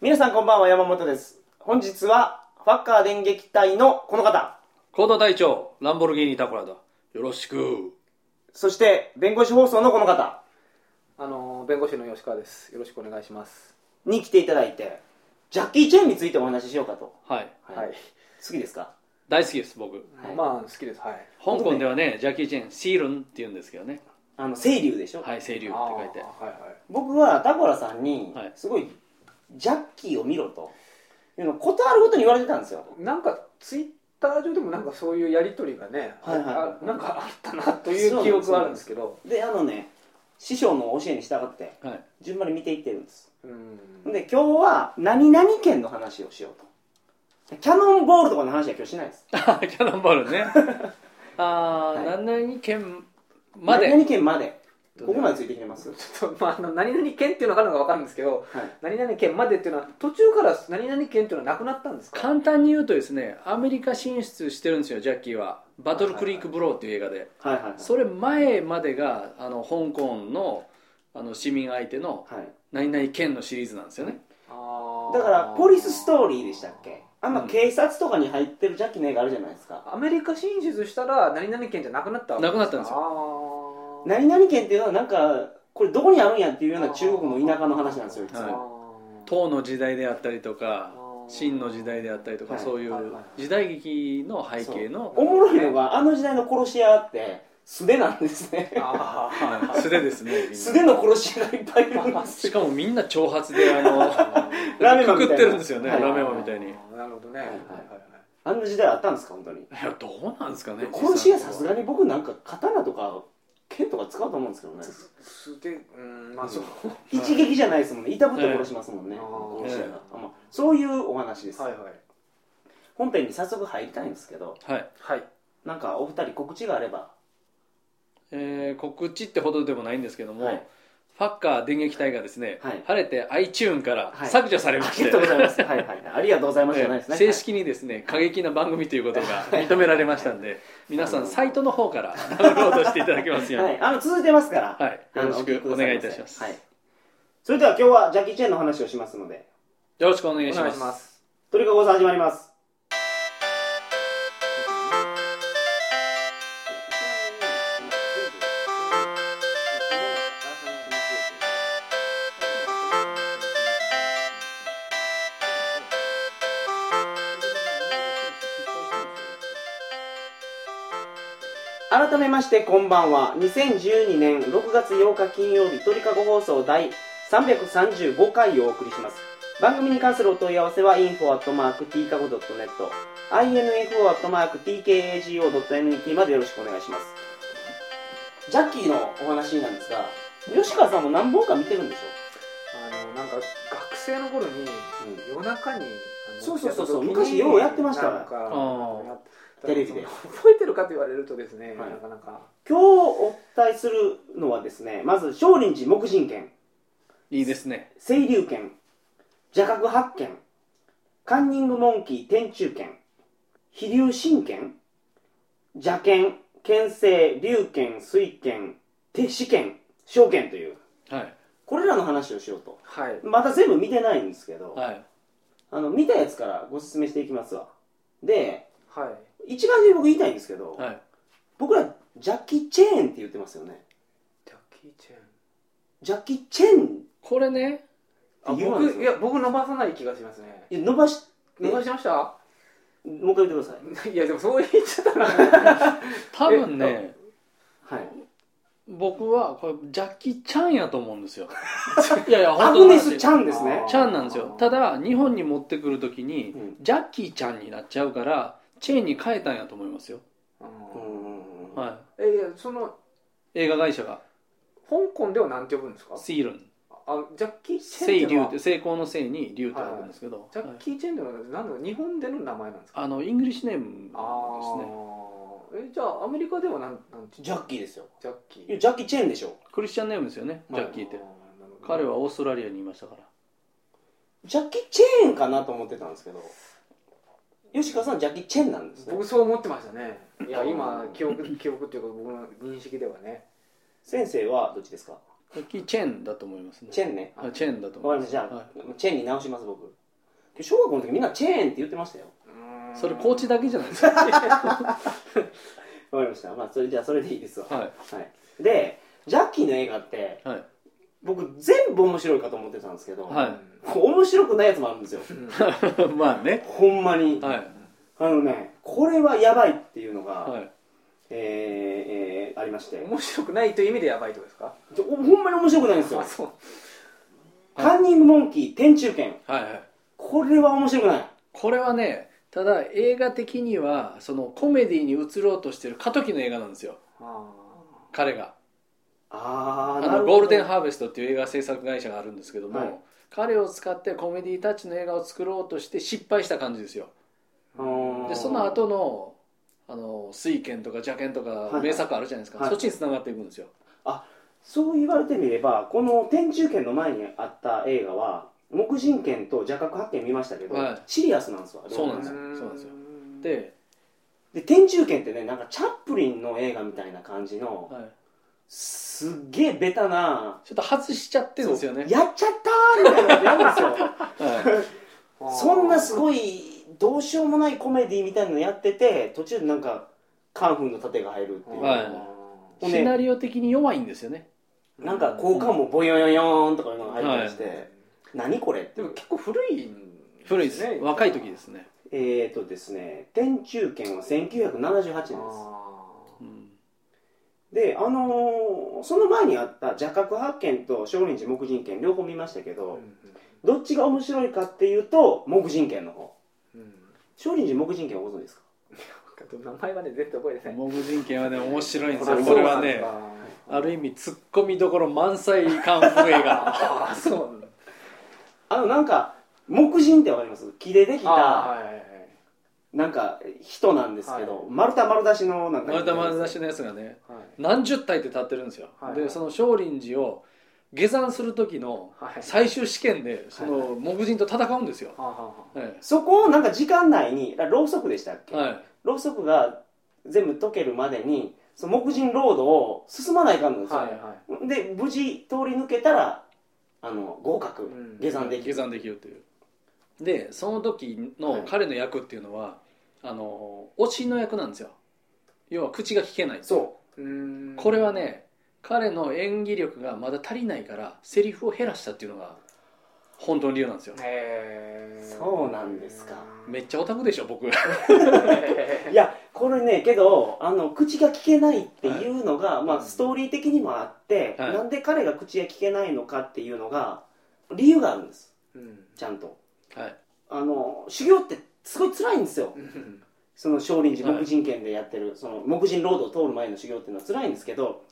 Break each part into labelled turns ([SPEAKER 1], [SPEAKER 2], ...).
[SPEAKER 1] 皆さんこんばんは、山本です。本日は、ファッカー電撃隊のこの方、
[SPEAKER 2] 行動隊長ランボルギーニタコラだよろしく
[SPEAKER 1] そして、弁護士放送のこの方
[SPEAKER 3] あの弁護士の吉川です。よろしくお願いします。
[SPEAKER 1] に来ていただいて、ジャッキー・チェンについてお話ししようかと。
[SPEAKER 2] はい
[SPEAKER 3] はい。
[SPEAKER 1] 好きですか
[SPEAKER 2] 大好きです僕
[SPEAKER 1] はい
[SPEAKER 3] まあ好きです。はい。
[SPEAKER 2] 香港ではねジャッキー・チェンシールンって言うんですけどね
[SPEAKER 1] あの、清流でしょ、
[SPEAKER 2] はい清流って
[SPEAKER 3] あー
[SPEAKER 2] 書いて
[SPEAKER 3] はいはい。
[SPEAKER 1] 僕は、タコラさんに
[SPEAKER 2] はい、
[SPEAKER 1] すごい、ジャッキーを見ろと、いうのをことあるごとに言われてたんですよ。
[SPEAKER 3] なんかツイッター上でもなんかそういうやりとりがね、
[SPEAKER 1] はいはい
[SPEAKER 3] あなんかあったなという記憶はあるんですけど、
[SPEAKER 1] で、あのね、師匠の教えに従って、
[SPEAKER 2] はい
[SPEAKER 1] 順番に見ていってるんです。
[SPEAKER 3] うん。
[SPEAKER 1] で、今日は、何々県の話をしようと。キャノンボールとかの話は今日しないです。
[SPEAKER 2] あ キャノンボ ールねああ、
[SPEAKER 1] は
[SPEAKER 2] 何々県まで
[SPEAKER 1] 何々県まで。ここまでついてきてます。
[SPEAKER 3] ちょっとまああの何々県っていうのがあるのかわかるんですけど、
[SPEAKER 1] はい
[SPEAKER 3] 何々県までっていうのは途中から何々県っていうのはなくなったんですか。
[SPEAKER 2] 簡単に言うとですねアメリカ進出してるんですよジャッキーは「バトル・クリーク・ブロー」っていう映画で
[SPEAKER 1] はいはいはい。
[SPEAKER 2] それ前までがあの香港のあの市民相手の
[SPEAKER 1] はい、
[SPEAKER 2] 「何々県」のシリーズなんですよね
[SPEAKER 3] あー
[SPEAKER 1] だから、ポリスストーリーでしたっけあんま警察とかに入ってるジャッキーの映画あるじゃないですか。
[SPEAKER 3] アメリカ進出したら何々県じゃなくなったわけ
[SPEAKER 2] なくなったんですよ
[SPEAKER 3] よ
[SPEAKER 1] 何々県っていうのはなんか、これどこにあるんやっていうような中国の田舎の話なんですよ、いつも。
[SPEAKER 2] はい
[SPEAKER 1] は
[SPEAKER 2] 唐の時代であったりとか
[SPEAKER 3] あー
[SPEAKER 2] 秦の時代であったりとか、
[SPEAKER 1] はい
[SPEAKER 2] そうい
[SPEAKER 3] はいは
[SPEAKER 2] う
[SPEAKER 3] いはい
[SPEAKER 2] 時代劇の背景の
[SPEAKER 1] おもろいのが、あの時代の殺し屋って素手なんですね。
[SPEAKER 3] あー
[SPEAKER 2] はい素手ですねみんな
[SPEAKER 1] 素手の殺し屋がいっぱいいるんです
[SPEAKER 2] しかもみんな挑発であの
[SPEAKER 1] ラーメンマンみたいな
[SPEAKER 2] く くってるんですよね、
[SPEAKER 1] はい
[SPEAKER 2] ラーメンマンみたいにい
[SPEAKER 3] あーなるほどね。はいい
[SPEAKER 1] は
[SPEAKER 3] はいい
[SPEAKER 1] あんな時代あったんですか、本当に。
[SPEAKER 2] やどうなんですかね
[SPEAKER 1] 殺し屋さすがに僕なんか刀とか剣とか使うと思うんですけどね。
[SPEAKER 3] すげえ、うん、まあそう。
[SPEAKER 1] 一撃じゃないですもんね。痛ぶって殺しますもんね。
[SPEAKER 3] ええ
[SPEAKER 1] 殺し屋が
[SPEAKER 3] え
[SPEAKER 1] ま
[SPEAKER 3] え
[SPEAKER 1] あそういうお話です。
[SPEAKER 3] はいはい。
[SPEAKER 1] 本編に早速入りたいんですけど
[SPEAKER 2] はい、
[SPEAKER 3] はい。
[SPEAKER 1] なんかお二人告知があれば
[SPEAKER 2] えー告知ってほどでもないんですけども、
[SPEAKER 1] はい
[SPEAKER 2] ファッカー電撃隊がですね、
[SPEAKER 1] はい
[SPEAKER 2] 晴れて iTune から
[SPEAKER 1] はい
[SPEAKER 2] 削除されま
[SPEAKER 1] あ
[SPEAKER 2] し
[SPEAKER 1] り
[SPEAKER 2] て、
[SPEAKER 1] がとうござい ますはいはいはいありがとうございますじゃない
[SPEAKER 2] え
[SPEAKER 1] です
[SPEAKER 2] ー
[SPEAKER 1] ね
[SPEAKER 2] 正式にですね過激な番組ということが認められましたんで皆さんサイトの方からダウンロードしていただきますよう
[SPEAKER 1] は
[SPEAKER 2] に、
[SPEAKER 1] いあの続いてますから
[SPEAKER 2] はい
[SPEAKER 1] あの
[SPEAKER 2] よろしくお願いいたします
[SPEAKER 1] はいそれでは今日はジャッキー・チェンの話をしますので
[SPEAKER 2] よろしくお願い
[SPEAKER 3] お
[SPEAKER 2] しま
[SPEAKER 3] 願い
[SPEAKER 2] す
[SPEAKER 3] します。
[SPEAKER 1] トリカゴーさん始まります改めましてこんばんは2012年6月8日金曜日鳥かご放送第335回をお送りします番組に関するお問い合わせは info.tkago.net info.tkago.net までよろしくお願いしますジャッキーのお話なんですが吉川さんも何本か見てるんでし
[SPEAKER 3] あの、なんか、学生の頃に、
[SPEAKER 1] う
[SPEAKER 3] 夜中に、あの
[SPEAKER 1] そうそうそうそう
[SPEAKER 3] 起きた時に
[SPEAKER 1] 昔ようやってましたわ
[SPEAKER 3] なんか
[SPEAKER 2] あー
[SPEAKER 3] やっ
[SPEAKER 1] テレビで
[SPEAKER 3] 覚えてるかと言われるとです
[SPEAKER 1] は
[SPEAKER 3] ね、
[SPEAKER 1] い
[SPEAKER 3] なかな
[SPEAKER 1] ょ
[SPEAKER 3] か。
[SPEAKER 1] 今日お伝えするのはですねまず少林寺木人拳
[SPEAKER 2] いいですね
[SPEAKER 1] 清流拳邪覚八拳カンニングモンキー天中拳飛龍神拳邪拳剣聖龍拳水拳手死拳小拳という
[SPEAKER 2] はい
[SPEAKER 1] これらの話をしようと
[SPEAKER 3] はい。
[SPEAKER 1] まだ全部見てないんですけど、
[SPEAKER 2] はい
[SPEAKER 1] あの見たやつからご説明していきますわで
[SPEAKER 3] はい。
[SPEAKER 1] 一番で僕言いたいんですけど、
[SPEAKER 2] はい
[SPEAKER 1] 僕らジャッキー・チェーンって言ってますよね
[SPEAKER 3] ジャッキー・チェン。
[SPEAKER 1] ジャッキー・チェーン
[SPEAKER 2] これね
[SPEAKER 3] あ、
[SPEAKER 1] 言わないで
[SPEAKER 3] 僕
[SPEAKER 1] す、よ
[SPEAKER 3] いや、僕伸ばさない気がしますね。
[SPEAKER 1] いや伸ばし
[SPEAKER 3] 伸ばしました
[SPEAKER 1] もう一回言ってくださ
[SPEAKER 3] いや、でもそう言っちゃったな。
[SPEAKER 2] 多分ね
[SPEAKER 1] いはい
[SPEAKER 2] 僕はこれジャッキー・チャンやと思うんです よいやいや
[SPEAKER 1] ア
[SPEAKER 2] 本
[SPEAKER 1] グ
[SPEAKER 2] 当の
[SPEAKER 1] ネ
[SPEAKER 2] 話
[SPEAKER 1] ス・チ
[SPEAKER 2] ャン
[SPEAKER 1] ャンですね
[SPEAKER 3] あー
[SPEAKER 2] なんですよただ日本に持ってくるときに、
[SPEAKER 1] うん
[SPEAKER 2] ジャッキーちゃんになっちゃうからチェーンに変えたんやと思いますよ、
[SPEAKER 3] うん
[SPEAKER 1] うん
[SPEAKER 2] は
[SPEAKER 3] えー、その、
[SPEAKER 2] い、映画会社が
[SPEAKER 3] 香港ではなんて呼ぶんです
[SPEAKER 2] 「
[SPEAKER 3] か
[SPEAKER 2] セイルン
[SPEAKER 3] あジャッキ
[SPEAKER 2] 「
[SPEAKER 3] ー・」チ
[SPEAKER 2] セイ
[SPEAKER 3] ェン
[SPEAKER 2] リュウ」っ
[SPEAKER 3] は
[SPEAKER 2] て成功の「セイ」に「リュウ」ってあるんですけど、
[SPEAKER 3] ジャ
[SPEAKER 2] は
[SPEAKER 3] ッ
[SPEAKER 2] い
[SPEAKER 3] キー・チェンってのは何だろう日本での名前なんですか
[SPEAKER 2] あのイングリッシュネーム
[SPEAKER 3] ああ
[SPEAKER 2] ですね
[SPEAKER 3] ーえじゃあアメリカではなんなんて
[SPEAKER 1] ジャッキーですよ
[SPEAKER 3] ジャッキ
[SPEAKER 1] いや
[SPEAKER 3] ー
[SPEAKER 1] ジャッキー・チェーンでしょ
[SPEAKER 2] クリスチャンネームですよねジ
[SPEAKER 1] はい
[SPEAKER 2] ャッキーって
[SPEAKER 3] あーなるほど
[SPEAKER 2] 彼はオーストラリアにいましたから
[SPEAKER 1] ジャッキー・チェーンかなと思ってたんですけど吉川さんジャッキー・チェーンなんですね
[SPEAKER 3] 僕そう思ってましたねいや
[SPEAKER 1] うん
[SPEAKER 3] 今記憶記憶っていうか僕の認識ではね
[SPEAKER 1] 先生はどっちですか
[SPEAKER 2] これキーチェンだと思いますね
[SPEAKER 1] チェンね
[SPEAKER 2] あチェンだと
[SPEAKER 1] わか
[SPEAKER 2] 思
[SPEAKER 1] りまし
[SPEAKER 2] います
[SPEAKER 1] たじゃあ、
[SPEAKER 2] はい
[SPEAKER 1] チェーンに直します僕小学校の時みんなチェーンって言ってましたよ
[SPEAKER 2] それ高知だけじゃないですか
[SPEAKER 1] わかりましたまあそれじゃあそれでいいですわ
[SPEAKER 2] は
[SPEAKER 1] はいでジャッキーの映画って
[SPEAKER 2] いはい
[SPEAKER 1] 僕全部面白いかと思ってたんですけど、
[SPEAKER 2] はい
[SPEAKER 1] 面白くないやつもあるんですよ
[SPEAKER 2] まあね
[SPEAKER 1] ほんまに、
[SPEAKER 2] はい
[SPEAKER 1] あのねこれはやばいっていうのが、
[SPEAKER 2] はい
[SPEAKER 1] えーえーありまして
[SPEAKER 3] 面白くないという意味でやばいとですか
[SPEAKER 1] ちょほんまに面白くないんですよ
[SPEAKER 3] あそう
[SPEAKER 1] カンニングモンキー天中剣
[SPEAKER 2] はいはい
[SPEAKER 1] これは面白くない
[SPEAKER 2] これはねただ映画的にはそのコメディに移ろうとしてる過渡期の映画なんですよ
[SPEAKER 3] あ
[SPEAKER 2] 彼が
[SPEAKER 1] あ
[SPEAKER 2] あ
[SPEAKER 1] ーなる
[SPEAKER 2] の
[SPEAKER 1] ほど
[SPEAKER 2] ゴールデンハーベストっていう映画制作会社があるんですけども、
[SPEAKER 1] はい
[SPEAKER 2] 彼を使ってコメディタッチの映画を作ろうとして失敗した感じですよ
[SPEAKER 1] うーん
[SPEAKER 2] でその後のあの水拳とか邪剣と
[SPEAKER 1] いは
[SPEAKER 2] か
[SPEAKER 1] い
[SPEAKER 2] 名作あるじゃないですか、
[SPEAKER 1] はい
[SPEAKER 2] そっちに繋がっていくんですよ、
[SPEAKER 1] そう言われてみればこの天中剣の前にあった映画は黙人剣と邪覚発見見ましたけど、
[SPEAKER 2] はい
[SPEAKER 1] シリアスなんですわ
[SPEAKER 2] そうなんですよ
[SPEAKER 3] ー
[SPEAKER 2] そうなんですよ
[SPEAKER 3] ん
[SPEAKER 2] で、
[SPEAKER 1] で天中剣ってねなんかチャップリンの映画みたいな感じの
[SPEAKER 2] はい
[SPEAKER 1] すっげえベタな
[SPEAKER 2] ちょっと外しちゃってるんですよね
[SPEAKER 1] やっちゃったーみたいなのやるんですよ
[SPEAKER 2] はい
[SPEAKER 3] あー
[SPEAKER 1] そんなすごいどうしようもないコメディみたいなのやってて途中でなんかカンフーの盾が入るっていう、
[SPEAKER 2] はい
[SPEAKER 1] ほんで
[SPEAKER 2] シナリオ的に弱いんですよね
[SPEAKER 1] なんか効果もボヨヨヨーンとかいうのが入ったりして、何これって
[SPEAKER 3] で
[SPEAKER 1] い
[SPEAKER 3] も
[SPEAKER 1] う
[SPEAKER 3] 結構古いん
[SPEAKER 2] 古いですね若い時ですすね、
[SPEAKER 1] えっ、ー、とですね天中剣は1978年です
[SPEAKER 3] あ
[SPEAKER 2] うん
[SPEAKER 1] であのーその前にあった「邪覚発見」と「少林寺黙人剣」両方見ましたけ
[SPEAKER 3] ー
[SPEAKER 1] ど、
[SPEAKER 3] う
[SPEAKER 1] どっちが面白いかっていうと黙人剣の方
[SPEAKER 3] んうん
[SPEAKER 1] 少林寺黙人剣はご存知ですか
[SPEAKER 3] 名前はね絶対覚えてない
[SPEAKER 2] モブ人権はね面白いんです
[SPEAKER 1] そ
[SPEAKER 2] よ
[SPEAKER 1] れ
[SPEAKER 2] これはねある意味ツッコミどころ満載カンフー映画
[SPEAKER 3] ああそうなんだ
[SPEAKER 1] あのなんか黙人ってわかります木ででき
[SPEAKER 3] あ
[SPEAKER 1] た
[SPEAKER 3] ーはいはいはい
[SPEAKER 1] なんか人なんですけど、
[SPEAKER 3] はい
[SPEAKER 1] 丸太丸出しのなんか
[SPEAKER 2] 丸太丸出しのやつがね
[SPEAKER 3] はい
[SPEAKER 2] 何十体って立ってるんですよ、
[SPEAKER 3] はい
[SPEAKER 2] でその少林寺を下山する時の
[SPEAKER 3] はい
[SPEAKER 2] 最終試験でその木人と戦うんですよ、
[SPEAKER 3] はあはあはあ
[SPEAKER 2] はい
[SPEAKER 1] そこをなんか時間内にあろうそくでしたっけ、
[SPEAKER 2] はい、
[SPEAKER 1] ろうそくが全部溶けるまでにその黙人ロードを進まないかんのですよ、
[SPEAKER 3] はいは
[SPEAKER 1] で無事通り抜けたらあの合格、
[SPEAKER 3] うん
[SPEAKER 1] 下山でき
[SPEAKER 2] 下
[SPEAKER 1] る
[SPEAKER 2] 山できるというでその時の彼の役っていうのは、あの推しの役なんですよ要は口が聞けない
[SPEAKER 1] そう
[SPEAKER 3] ーん
[SPEAKER 2] これはね彼の演技力がまだ足りないからセリフを減らしたっていうのが本当の理由なんですよ
[SPEAKER 3] へー
[SPEAKER 1] そうなんですか
[SPEAKER 2] めっちゃオタクでしょ僕は
[SPEAKER 1] ういやこれねけどあの口が聞けないっていうのが、まあ、ストーリー的にもあって、
[SPEAKER 2] はい
[SPEAKER 1] なんで彼が口が聞けないのかっていうのが理由があるんです
[SPEAKER 3] うん
[SPEAKER 1] ちゃんと
[SPEAKER 2] い
[SPEAKER 1] あの修行ってすごい辛いんですよ
[SPEAKER 3] うん
[SPEAKER 1] その少林寺
[SPEAKER 2] はい
[SPEAKER 1] 黙人剣でやってる、その黙人ロードを通る前の修行っていうのは辛いんですけど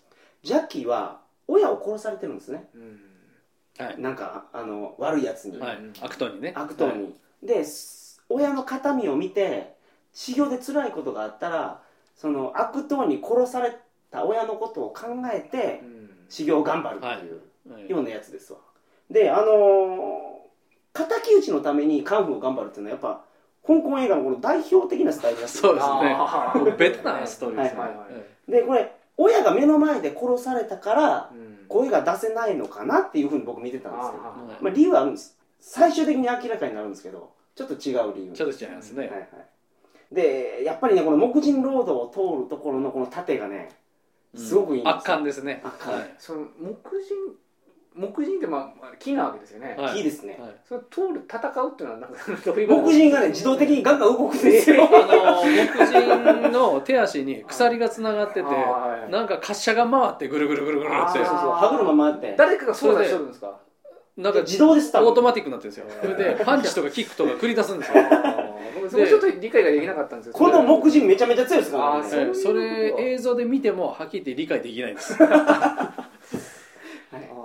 [SPEAKER 1] ジャッキーは親を殺されてるんですね
[SPEAKER 3] うん
[SPEAKER 2] はい、
[SPEAKER 1] なんかあの悪いやつに、
[SPEAKER 2] はい、アクトにね
[SPEAKER 1] 悪党に、です親の形見を見て修行で辛いことがあったらその悪党に殺された親のことを考えて
[SPEAKER 3] うん
[SPEAKER 1] 修行を頑張るっていう
[SPEAKER 2] はい
[SPEAKER 1] ようなやつですわ、であのー敵討ちのためにカンフーを頑張るっていうのはやっぱ香港映画のこの代表的なスタイルだし
[SPEAKER 2] そうですね
[SPEAKER 3] あー
[SPEAKER 2] もうベタなストーリーですね、
[SPEAKER 3] はいはいはい
[SPEAKER 2] うん
[SPEAKER 1] でこれ親が目の前で殺されたから
[SPEAKER 3] うん
[SPEAKER 1] 声が出せないのかなっていうふうに僕見てたんですけど
[SPEAKER 3] あー
[SPEAKER 2] はい
[SPEAKER 1] まあ、理由はあるんです最終的に明らかになるんですけどちょっと違う理由
[SPEAKER 2] ちょっと違いますね、
[SPEAKER 1] はいはい、でやっぱりねこの黙人ロードを通るところのこの縦がね
[SPEAKER 2] うん
[SPEAKER 1] すごくいいんですよ
[SPEAKER 2] 圧巻ですね
[SPEAKER 1] 圧巻
[SPEAKER 2] はい
[SPEAKER 3] その木人木人ってまあ木なわけですよね
[SPEAKER 2] はい
[SPEAKER 1] いいですね、
[SPEAKER 2] はい
[SPEAKER 3] その通る戦うっていうのはなんか どういうこと
[SPEAKER 1] 黙人がね自動的にガンガン動くんです
[SPEAKER 2] あ
[SPEAKER 1] よ
[SPEAKER 2] の木人の手足に鎖がつながってて、
[SPEAKER 3] あーはいはい
[SPEAKER 2] なんか滑車が回ってぐるぐるぐるぐるっ
[SPEAKER 1] そ
[SPEAKER 2] て
[SPEAKER 1] うそうそう歯車回って
[SPEAKER 3] 誰かが操作しとるんですか
[SPEAKER 2] なんか
[SPEAKER 1] 自動です多分
[SPEAKER 2] オートマティックになってるんですよそれでパンチとかキックとか繰り出すんですよ
[SPEAKER 3] 僕そこちょっと理解ができなかったんですよ
[SPEAKER 1] この黙人めちゃめちゃ強いですから
[SPEAKER 3] あー
[SPEAKER 1] ね
[SPEAKER 3] そういう
[SPEAKER 2] ええそ
[SPEAKER 3] こと
[SPEAKER 2] れ映像で見てもはっきり言って理解できないんです
[SPEAKER 1] はい
[SPEAKER 3] あ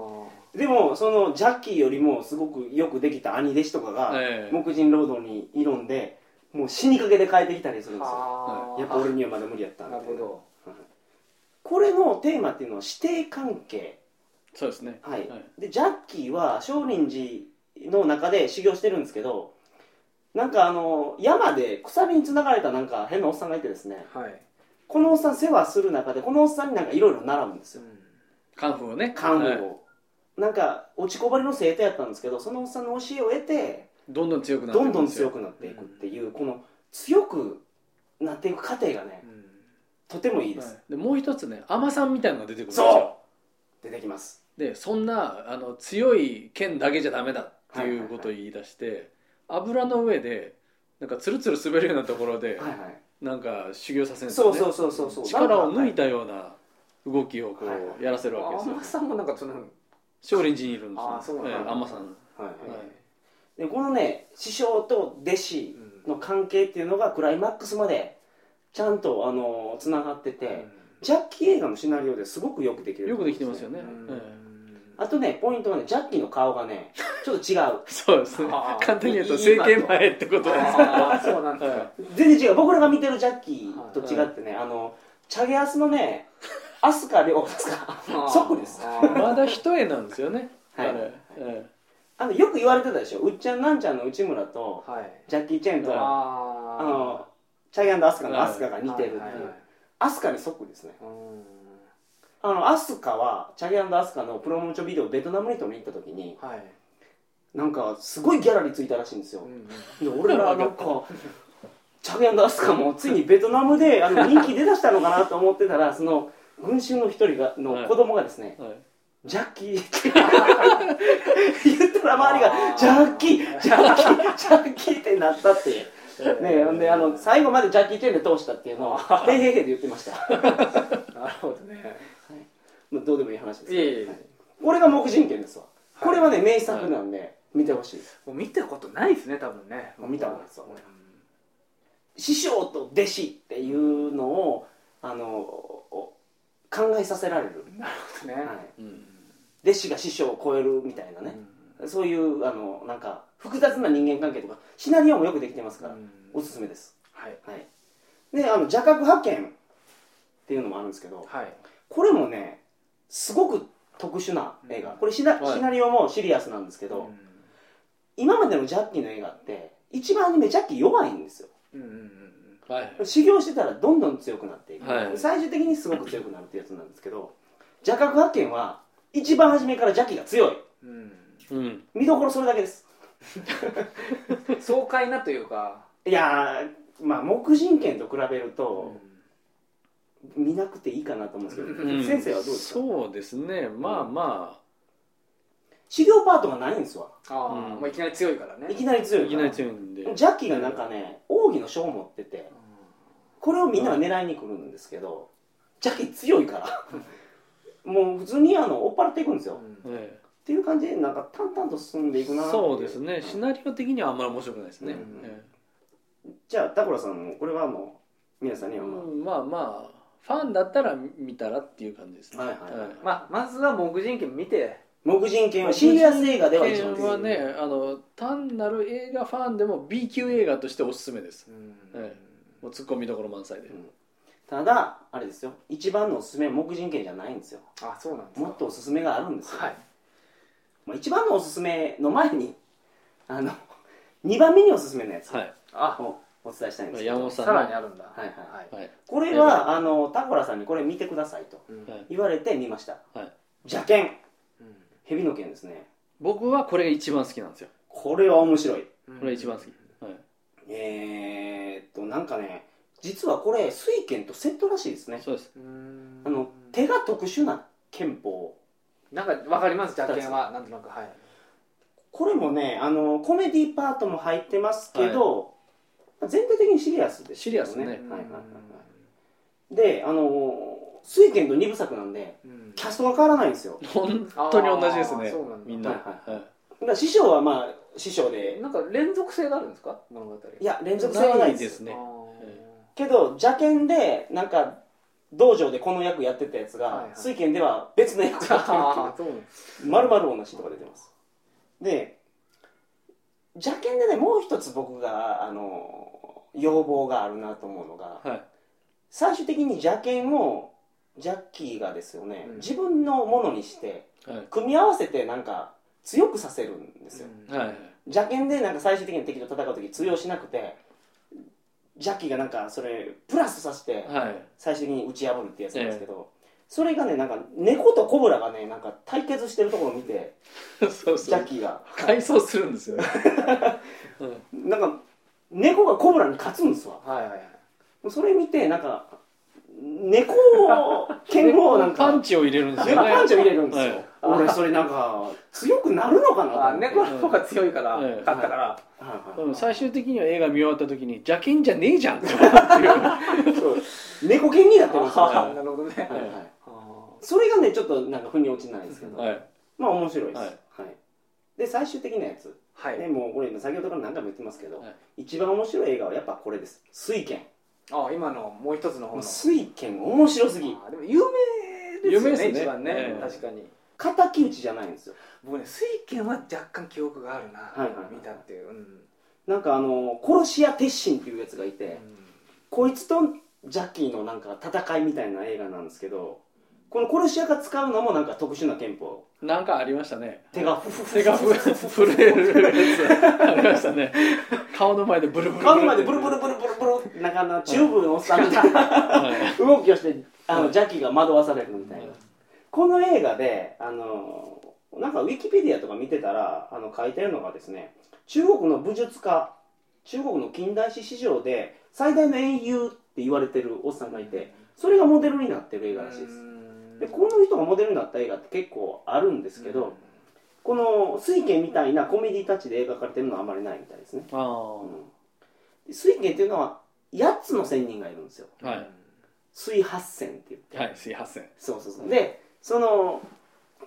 [SPEAKER 1] でもそのジャッキーよりもすごくよくできた兄弟子とかが、
[SPEAKER 2] ええ
[SPEAKER 1] 黙人ロードに挑んでもう死にかけで変えてきたりするん
[SPEAKER 3] ー
[SPEAKER 1] ですよ
[SPEAKER 3] あー
[SPEAKER 1] やっぱ俺にはまだ無理やったんで
[SPEAKER 3] なるほど
[SPEAKER 1] これのテーマっていうのは師弟関係
[SPEAKER 2] そうですね
[SPEAKER 1] はい
[SPEAKER 2] はい
[SPEAKER 1] でジャッキーは少林寺の中で修行してるんですけどなんかあの山で鎖につながれたなんか変なおっさんがいてですね
[SPEAKER 3] はい
[SPEAKER 1] このおっさん世話する中でこのおっさんになんかいろいろ習うんですよ
[SPEAKER 2] カンフーをね
[SPEAKER 1] カンフ
[SPEAKER 2] はい
[SPEAKER 1] ーを、なんか落ちこぼれの生徒やったんですけどそのおっさんの教えを得て
[SPEAKER 2] どんどん強くなって
[SPEAKER 1] ど
[SPEAKER 2] い
[SPEAKER 1] ん
[SPEAKER 2] く
[SPEAKER 1] どん
[SPEAKER 2] ですよ
[SPEAKER 1] 強くなっていくっていう、この強くなっていく過程がねとてもいいです、
[SPEAKER 2] はいでもう一つね海さんみたいなのが出てくるんですよ
[SPEAKER 1] そう出てきます
[SPEAKER 2] でそんなあの強い剣だけじゃダメだっていうことを言い出して、油の上でなんかツルツル滑るようなところ
[SPEAKER 1] は
[SPEAKER 2] で、
[SPEAKER 1] いはい
[SPEAKER 2] なんか修行させるんです
[SPEAKER 1] そ
[SPEAKER 2] よ
[SPEAKER 1] う
[SPEAKER 2] ね
[SPEAKER 1] そうそうそうそう
[SPEAKER 2] 力を抜い
[SPEAKER 1] た
[SPEAKER 2] たような動きをこ
[SPEAKER 1] はいは
[SPEAKER 2] うやらせるわけですよ
[SPEAKER 3] 甘さんもなんかその
[SPEAKER 2] 少林寺にいるんです
[SPEAKER 3] あーそう
[SPEAKER 2] よ
[SPEAKER 3] なんだ
[SPEAKER 2] ええ甘さん
[SPEAKER 1] はいはい
[SPEAKER 2] はい
[SPEAKER 1] でこのね師匠と弟子
[SPEAKER 3] うん
[SPEAKER 1] の関係っていうのがクライマックスまでちゃんとあのつながってて、
[SPEAKER 3] う
[SPEAKER 1] ジャッキー映画のシナリオですごくよくできてる
[SPEAKER 2] よくできてますよね、
[SPEAKER 3] ん
[SPEAKER 2] え
[SPEAKER 1] あとねポイントはねジャッキーの顔がねちょっと違う
[SPEAKER 2] えそうですね
[SPEAKER 3] あー
[SPEAKER 2] 簡単に言うと
[SPEAKER 3] いいいい
[SPEAKER 2] 政権前ってことです
[SPEAKER 3] あーそうなんです
[SPEAKER 2] は
[SPEAKER 3] か
[SPEAKER 1] 全然違う僕らが見てるジャッキーと違ってね、あのチャゲアスのねアスカ亮ですか
[SPEAKER 3] あー
[SPEAKER 1] そっくりです
[SPEAKER 3] あ
[SPEAKER 2] い
[SPEAKER 3] ー
[SPEAKER 2] まだ一重なんですよね
[SPEAKER 1] はい
[SPEAKER 2] あれえ
[SPEAKER 1] あのよく言われてたでしょうっちゃんなんちゃんの内村と
[SPEAKER 3] はい
[SPEAKER 1] ジャッキー・チェンと、
[SPEAKER 2] は
[SPEAKER 3] あ
[SPEAKER 1] あ
[SPEAKER 3] ー
[SPEAKER 1] のチャゲアスカのアスカが似てるっていう、
[SPEAKER 3] はいはいはい
[SPEAKER 1] アスカにそっくりですね
[SPEAKER 3] うん
[SPEAKER 1] あのアスカはチャゲアスカのプロモーションビデオをベトナムに撮りに行った時に
[SPEAKER 3] はい
[SPEAKER 1] なんかすごいギャラリーついたらしいんですよ、
[SPEAKER 3] うんうん
[SPEAKER 1] で俺らなんかチャゲアスカもついにベトナム であの人気出だしたのかなと思ってたらその群衆の一人がの子供がですね、
[SPEAKER 2] えはい
[SPEAKER 1] ジャッキー って言ったら周りが「ジャッキージャッキージャッキー」ってなったっていうねえほんであの最後までジャッキー・チェンで通したっていうのを「へへへ」で言ってました
[SPEAKER 3] なるほどね
[SPEAKER 1] まあどうでもいい話です
[SPEAKER 3] いえいえ
[SPEAKER 1] はいこれが黙人権ですわこれはね名作なんで見てほしい
[SPEAKER 3] もう見たことないですね多分ね
[SPEAKER 1] もう見たことないです
[SPEAKER 3] うん
[SPEAKER 1] 師匠と弟子っていうのをあのお考えさせられる、
[SPEAKER 3] なるほどね
[SPEAKER 1] はい、
[SPEAKER 2] うん
[SPEAKER 1] 弟子が師匠を超えるみたいなねそういうあのなんか複雑な人間関係とかシナリオもよくできてますから
[SPEAKER 3] うん
[SPEAKER 1] おすすめです
[SPEAKER 3] はい
[SPEAKER 1] はい、であの邪覚派遣っていうのもあるんですけど
[SPEAKER 3] はい
[SPEAKER 1] これもねすごく特殊な映画
[SPEAKER 3] うん
[SPEAKER 1] これシナ,、
[SPEAKER 2] はい
[SPEAKER 1] シナリオもシリアスなんですけど、今までのジャッキーの映画って一番アニメジャッキー弱いんですよ
[SPEAKER 3] うんうんうんうん
[SPEAKER 2] はい
[SPEAKER 1] 修行してたらどんどん強くなっていく、
[SPEAKER 2] はい
[SPEAKER 1] 最終的にすごく強くなるってやつなんですけど邪覚派遣は一番初めからジャッキーが強い
[SPEAKER 3] うん
[SPEAKER 2] うん
[SPEAKER 1] 見どころそれだけです
[SPEAKER 3] 爽快なというか、
[SPEAKER 1] いやーまあ黙人権と比べると、見なくていいかなと思うんですけど、
[SPEAKER 2] うん
[SPEAKER 1] 先生はどうですか
[SPEAKER 2] そうですねまあま
[SPEAKER 1] 修行パートがないんですわ
[SPEAKER 3] ああ、
[SPEAKER 2] うん
[SPEAKER 3] まあいきなり強いからね
[SPEAKER 1] いきなり
[SPEAKER 2] あ
[SPEAKER 1] 強いか
[SPEAKER 2] いき
[SPEAKER 1] ら
[SPEAKER 2] なり強いんで
[SPEAKER 1] ジャッキーがなんかね奥義の書を持っててこれをみんなが狙いに来るんですけど、ジャッキー強いからもう普通にあの追っ払っていくんですよ、っ
[SPEAKER 3] うん
[SPEAKER 2] ええ
[SPEAKER 1] ていう感じでなんか淡々と進んでいくなってい
[SPEAKER 2] そうですねシ
[SPEAKER 1] ん
[SPEAKER 2] ナリオ的にはあんまり面白くないですね
[SPEAKER 1] うん
[SPEAKER 2] え
[SPEAKER 1] じゃあタコラさんもこれはもう皆さんに
[SPEAKER 2] え
[SPEAKER 1] はもう、
[SPEAKER 2] うんまあまあファンだったら見たらっていう感じですね
[SPEAKER 1] はいはいはい
[SPEAKER 2] ま
[SPEAKER 3] まあまずは黙人権見て
[SPEAKER 1] 黙人犬はシリアス映画では一番
[SPEAKER 2] あはねあの単なる映画ファンでも B 級映画としておすすめですえもうツッコミどころ満載で
[SPEAKER 1] うんただあれですよ一番のおすすめは黙人犬じゃないんですよ
[SPEAKER 3] あそうなんですか
[SPEAKER 1] もっとおすすめがあるんですよ、
[SPEAKER 3] はい
[SPEAKER 1] まあ、一番のおすすめの前に あの2番目におすすめのやつ
[SPEAKER 2] はい
[SPEAKER 3] あ
[SPEAKER 1] をお伝えしたいんで
[SPEAKER 2] ます
[SPEAKER 1] けど
[SPEAKER 2] あ山本さ
[SPEAKER 3] さ
[SPEAKER 2] ん
[SPEAKER 3] らにあるんだ
[SPEAKER 1] はいはい
[SPEAKER 3] はい
[SPEAKER 2] はい
[SPEAKER 1] これはあのタコラさんにこれ見てくださいと
[SPEAKER 3] うん
[SPEAKER 2] はい
[SPEAKER 1] 言われて見ました
[SPEAKER 2] はい
[SPEAKER 1] 邪剣
[SPEAKER 3] うん
[SPEAKER 1] 蛇の剣ですね
[SPEAKER 2] 僕はこれが一番好きなんですよ
[SPEAKER 1] これは面白い
[SPEAKER 2] これが一番好きはい
[SPEAKER 1] えー、っとなんかね実はこれ水剣とセットらしいですね
[SPEAKER 2] そうです
[SPEAKER 3] うん
[SPEAKER 1] あの手が特殊な剣法
[SPEAKER 3] なんかわかります邪剣はなんとなくはい
[SPEAKER 1] これもねあのコメディパートも入ってますけど、全体的にシリアスですよ
[SPEAKER 2] シリアスね
[SPEAKER 1] はいは
[SPEAKER 2] う
[SPEAKER 1] い
[SPEAKER 2] ん
[SPEAKER 1] はいはいであの水剣と2部作なんで
[SPEAKER 3] うん
[SPEAKER 1] キャストが変わらないんですよ
[SPEAKER 2] 本当に同じです
[SPEAKER 3] あー
[SPEAKER 2] ね
[SPEAKER 3] そうなんだ
[SPEAKER 2] みんな
[SPEAKER 1] はいはい
[SPEAKER 2] は
[SPEAKER 1] だから師匠はまあ師匠
[SPEAKER 3] え
[SPEAKER 1] で
[SPEAKER 3] なんか連続性があるんですか物語
[SPEAKER 1] いや連続性はない
[SPEAKER 2] ない
[SPEAKER 1] で
[SPEAKER 2] ですす
[SPEAKER 3] あ
[SPEAKER 2] ね
[SPEAKER 3] ー
[SPEAKER 1] けど邪剣でなんか道場でこの役やってたやつが、
[SPEAKER 3] はいはい
[SPEAKER 1] 水剣では別の役やってる
[SPEAKER 3] あー そうなんで
[SPEAKER 1] っ
[SPEAKER 3] す
[SPEAKER 1] ていう丸々同じとか出てますで邪剣でねもう一つ僕があの要望があるなと思うのが
[SPEAKER 2] いはい
[SPEAKER 1] 最終的に邪剣をジャッキーがですよね、
[SPEAKER 3] うん
[SPEAKER 1] 自分のものにして
[SPEAKER 2] はい
[SPEAKER 1] 組み合わせてなんか強くさせるんですよ、
[SPEAKER 3] うん
[SPEAKER 2] はいはい
[SPEAKER 1] 邪剣でなんか最終的に敵と戦う時通用しなくてジャッキーがなんかそれプラスさせて
[SPEAKER 2] はい
[SPEAKER 1] 最終的に打ち破るってやつなんですけど、それがねなんか猫とコブラがねなんか対決してるところを見て
[SPEAKER 2] そう
[SPEAKER 1] ジ
[SPEAKER 2] そ
[SPEAKER 1] ャッ
[SPEAKER 2] う
[SPEAKER 1] キーが
[SPEAKER 2] 改装する んですよね、うん
[SPEAKER 1] なんか猫がコブラに勝つんですわ
[SPEAKER 3] はいはいはい
[SPEAKER 1] それ見てなんか猫を剣をなん
[SPEAKER 2] パン
[SPEAKER 1] か
[SPEAKER 2] チを入れるんです
[SPEAKER 1] 猫
[SPEAKER 2] よね
[SPEAKER 1] パンチを入れるんですよ、
[SPEAKER 2] はい
[SPEAKER 1] 俺それなんか強くなるのかなと思
[SPEAKER 3] あ
[SPEAKER 1] って
[SPEAKER 3] 猫の方が強いから
[SPEAKER 2] うん
[SPEAKER 3] 勝ったから
[SPEAKER 1] はい
[SPEAKER 2] うん
[SPEAKER 1] はい
[SPEAKER 2] 最終的には映画見終わった時に邪剣じゃねえじゃんって思うっていう
[SPEAKER 1] そう猫剣になってますよ
[SPEAKER 2] は
[SPEAKER 1] は
[SPEAKER 2] あ
[SPEAKER 3] なるほどね
[SPEAKER 1] いはい
[SPEAKER 3] あ
[SPEAKER 1] それがねちょっとなんか腑に落ちないですけど、
[SPEAKER 2] はい
[SPEAKER 1] まあ面白いです、
[SPEAKER 2] は
[SPEAKER 1] はいいで最終的なやつ、
[SPEAKER 3] ーは
[SPEAKER 1] で
[SPEAKER 3] い
[SPEAKER 1] もうこれ今先ほどから何回も言ってますけど、
[SPEAKER 2] はい
[SPEAKER 1] 一番面白い映画はやっぱこれです「水剣
[SPEAKER 3] あ今のもう一つの」
[SPEAKER 1] も
[SPEAKER 3] 方
[SPEAKER 1] う
[SPEAKER 3] の
[SPEAKER 1] 水剣面白すぎ
[SPEAKER 3] あでも有名ですよ
[SPEAKER 2] 有名で
[SPEAKER 3] ね
[SPEAKER 2] すね
[SPEAKER 3] 一番ね、
[SPEAKER 2] ええ
[SPEAKER 3] 確かに
[SPEAKER 1] 敵討ちじゃないんですよ
[SPEAKER 3] 僕ね水拳は若干記憶があるな、
[SPEAKER 1] はいはいはい
[SPEAKER 3] 見たっていう、うん
[SPEAKER 1] なんかあの殺し屋鉄心っていうやつがいて、こいつとジャッキーのなんか戦いみたいな映画なんですけどこの殺し屋が使うのもなんか特殊な剣法
[SPEAKER 2] なんかありましたね
[SPEAKER 1] 手がフフフ
[SPEAKER 2] 手がふ震えるやつありましたね顔の前でブルブル
[SPEAKER 1] 顔の前でブルブルブルブルブルなんかあのチューブのおっさんみたいな
[SPEAKER 2] はい
[SPEAKER 1] 動きをしてあの、
[SPEAKER 2] はい
[SPEAKER 1] ジャッキーが惑わされるみたいな、この映画であのなんかウィキペディアとか見てたらあの書いてるのがですね中国の武術家中国の近代史史上で最大の英雄って言われてるおっさんがいてそれがモデルになってる映画らしいですでこの人がモデルになった映画って結構あるんですけど、この水拳みたいなコメディタッチで描かれてるのはあまりないみたいですね、
[SPEAKER 2] ああ
[SPEAKER 1] うんで水拳っていうのは8つの仙人がいるんですよ
[SPEAKER 2] は
[SPEAKER 1] 水八仙って言って、
[SPEAKER 2] いはいすいません
[SPEAKER 1] そうそうそうでその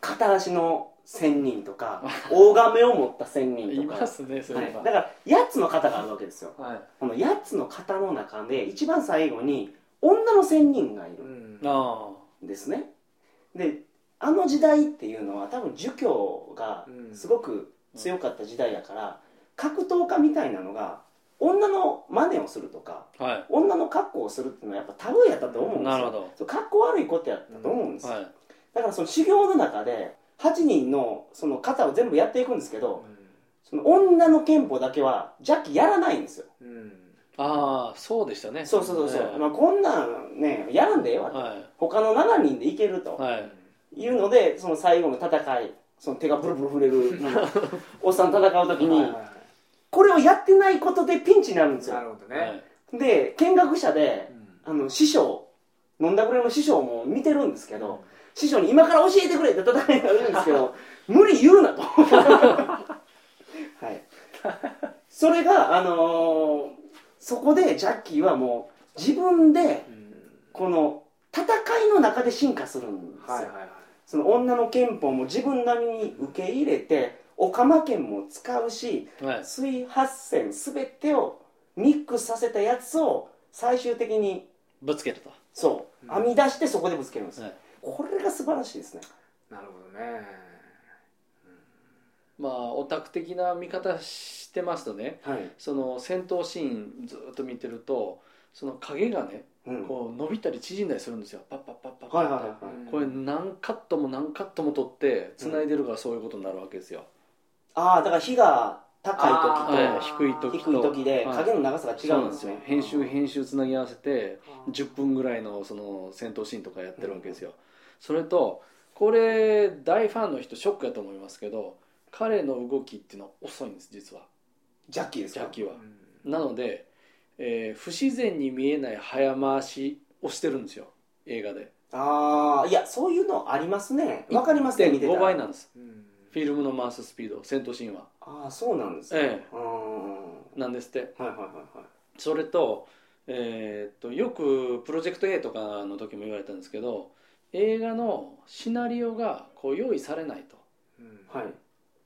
[SPEAKER 1] 片足の仙人とか 大亀を持った仙人
[SPEAKER 2] い
[SPEAKER 1] とか
[SPEAKER 2] ますねそういえば
[SPEAKER 1] はいだから8つの型があるわけですよ
[SPEAKER 2] はい
[SPEAKER 1] この8つの型の中で一番最後に女の仙人がいる
[SPEAKER 2] ああ
[SPEAKER 1] んですねであの時代っていうのは多分儒教がすごく強かった時代やから格闘家みたいなのが女の真似をするとか
[SPEAKER 2] は
[SPEAKER 1] 女の格好をするっていうのはやっぱタブーやったと思うんです
[SPEAKER 2] い
[SPEAKER 1] よ
[SPEAKER 2] なるほど
[SPEAKER 1] そう格好悪いことやったと思うんですよ、
[SPEAKER 2] はい
[SPEAKER 1] だからその修行の中で8人のその型を全部やっていくんですけどその女の憲法だけはジャッキやらないんですよ
[SPEAKER 2] ああそうでしたね
[SPEAKER 1] そうそうそうそう、
[SPEAKER 2] はい
[SPEAKER 1] まあ、こんなんねやらんでええわと、
[SPEAKER 2] は
[SPEAKER 1] 他の7人でいける
[SPEAKER 2] い
[SPEAKER 1] と
[SPEAKER 2] はい
[SPEAKER 1] いうのでその最後の戦いその手がブルブル触れるの がおっさん戦う時にこれをやってないことでピンチになるんです
[SPEAKER 3] な
[SPEAKER 1] よ
[SPEAKER 3] るほど
[SPEAKER 2] は
[SPEAKER 3] ね
[SPEAKER 2] い
[SPEAKER 1] で見学者であの師匠飲んだくれの師匠も見てるんですけど、師匠に今から教えてくれって戦いになるんですけど無理言うなとはいそれがあのーそこでジャッキーはもう自分でこの戦いの中で進化するんですよ、
[SPEAKER 3] はいはいはい
[SPEAKER 1] その女の憲法も自分なりに受け入れてオカマ剣も使うし
[SPEAKER 2] はい
[SPEAKER 1] 水八戦全てをミックスさせたやつを最終的に
[SPEAKER 2] ぶつけると
[SPEAKER 1] そう
[SPEAKER 3] うん
[SPEAKER 1] 編み出してそこでぶつけるんですよ、
[SPEAKER 2] はい
[SPEAKER 1] これが素晴らしいですね
[SPEAKER 3] なるほどね
[SPEAKER 2] まあオタク的な見方してますとね
[SPEAKER 1] はい、
[SPEAKER 2] その戦闘シーンずっと見てるとその影がね
[SPEAKER 1] うん、
[SPEAKER 2] こう伸びたり縮んだりするんですよパッパッパッパッパ
[SPEAKER 1] はい
[SPEAKER 2] ッ
[SPEAKER 1] はい
[SPEAKER 2] パ
[SPEAKER 1] はいはい、
[SPEAKER 2] ッ
[SPEAKER 3] うん
[SPEAKER 2] これ何カットも何カットも取って繋いでるからそういうことになるわけですよ
[SPEAKER 1] ああだから火が高い
[SPEAKER 2] あ
[SPEAKER 1] 時
[SPEAKER 2] ー低い
[SPEAKER 1] と
[SPEAKER 2] 時
[SPEAKER 1] 低い時で
[SPEAKER 2] はい
[SPEAKER 1] 影の長さが違うんです
[SPEAKER 2] そ
[SPEAKER 1] ね
[SPEAKER 2] なん編集編集つなぎ合わせて10分ぐらいのその戦闘シーンとかやってるわけですよ、それとこれ大ファンの人ショックやと思いますけど彼の動きっていうのは遅いんです実は
[SPEAKER 1] ジャッキーです
[SPEAKER 2] ジ
[SPEAKER 1] か
[SPEAKER 2] ャッキーは
[SPEAKER 3] うん
[SPEAKER 2] なので、えー不自然に見えない早回しをしてるんですよ映画で
[SPEAKER 1] ああいやそういうのありますねわかりますね見て
[SPEAKER 2] 1.5
[SPEAKER 1] た
[SPEAKER 2] 倍なんです
[SPEAKER 3] うん
[SPEAKER 2] フィルムの回すスピード戦闘シーンは
[SPEAKER 1] ああそうなんですね
[SPEAKER 2] え
[SPEAKER 1] うーんは
[SPEAKER 2] なんですって
[SPEAKER 1] いはいはいはい
[SPEAKER 2] それと,、えーっとよくプロジェクト A とかの時も言われたんですけど映画のシナリオがこう用意されないと
[SPEAKER 3] うん
[SPEAKER 1] はい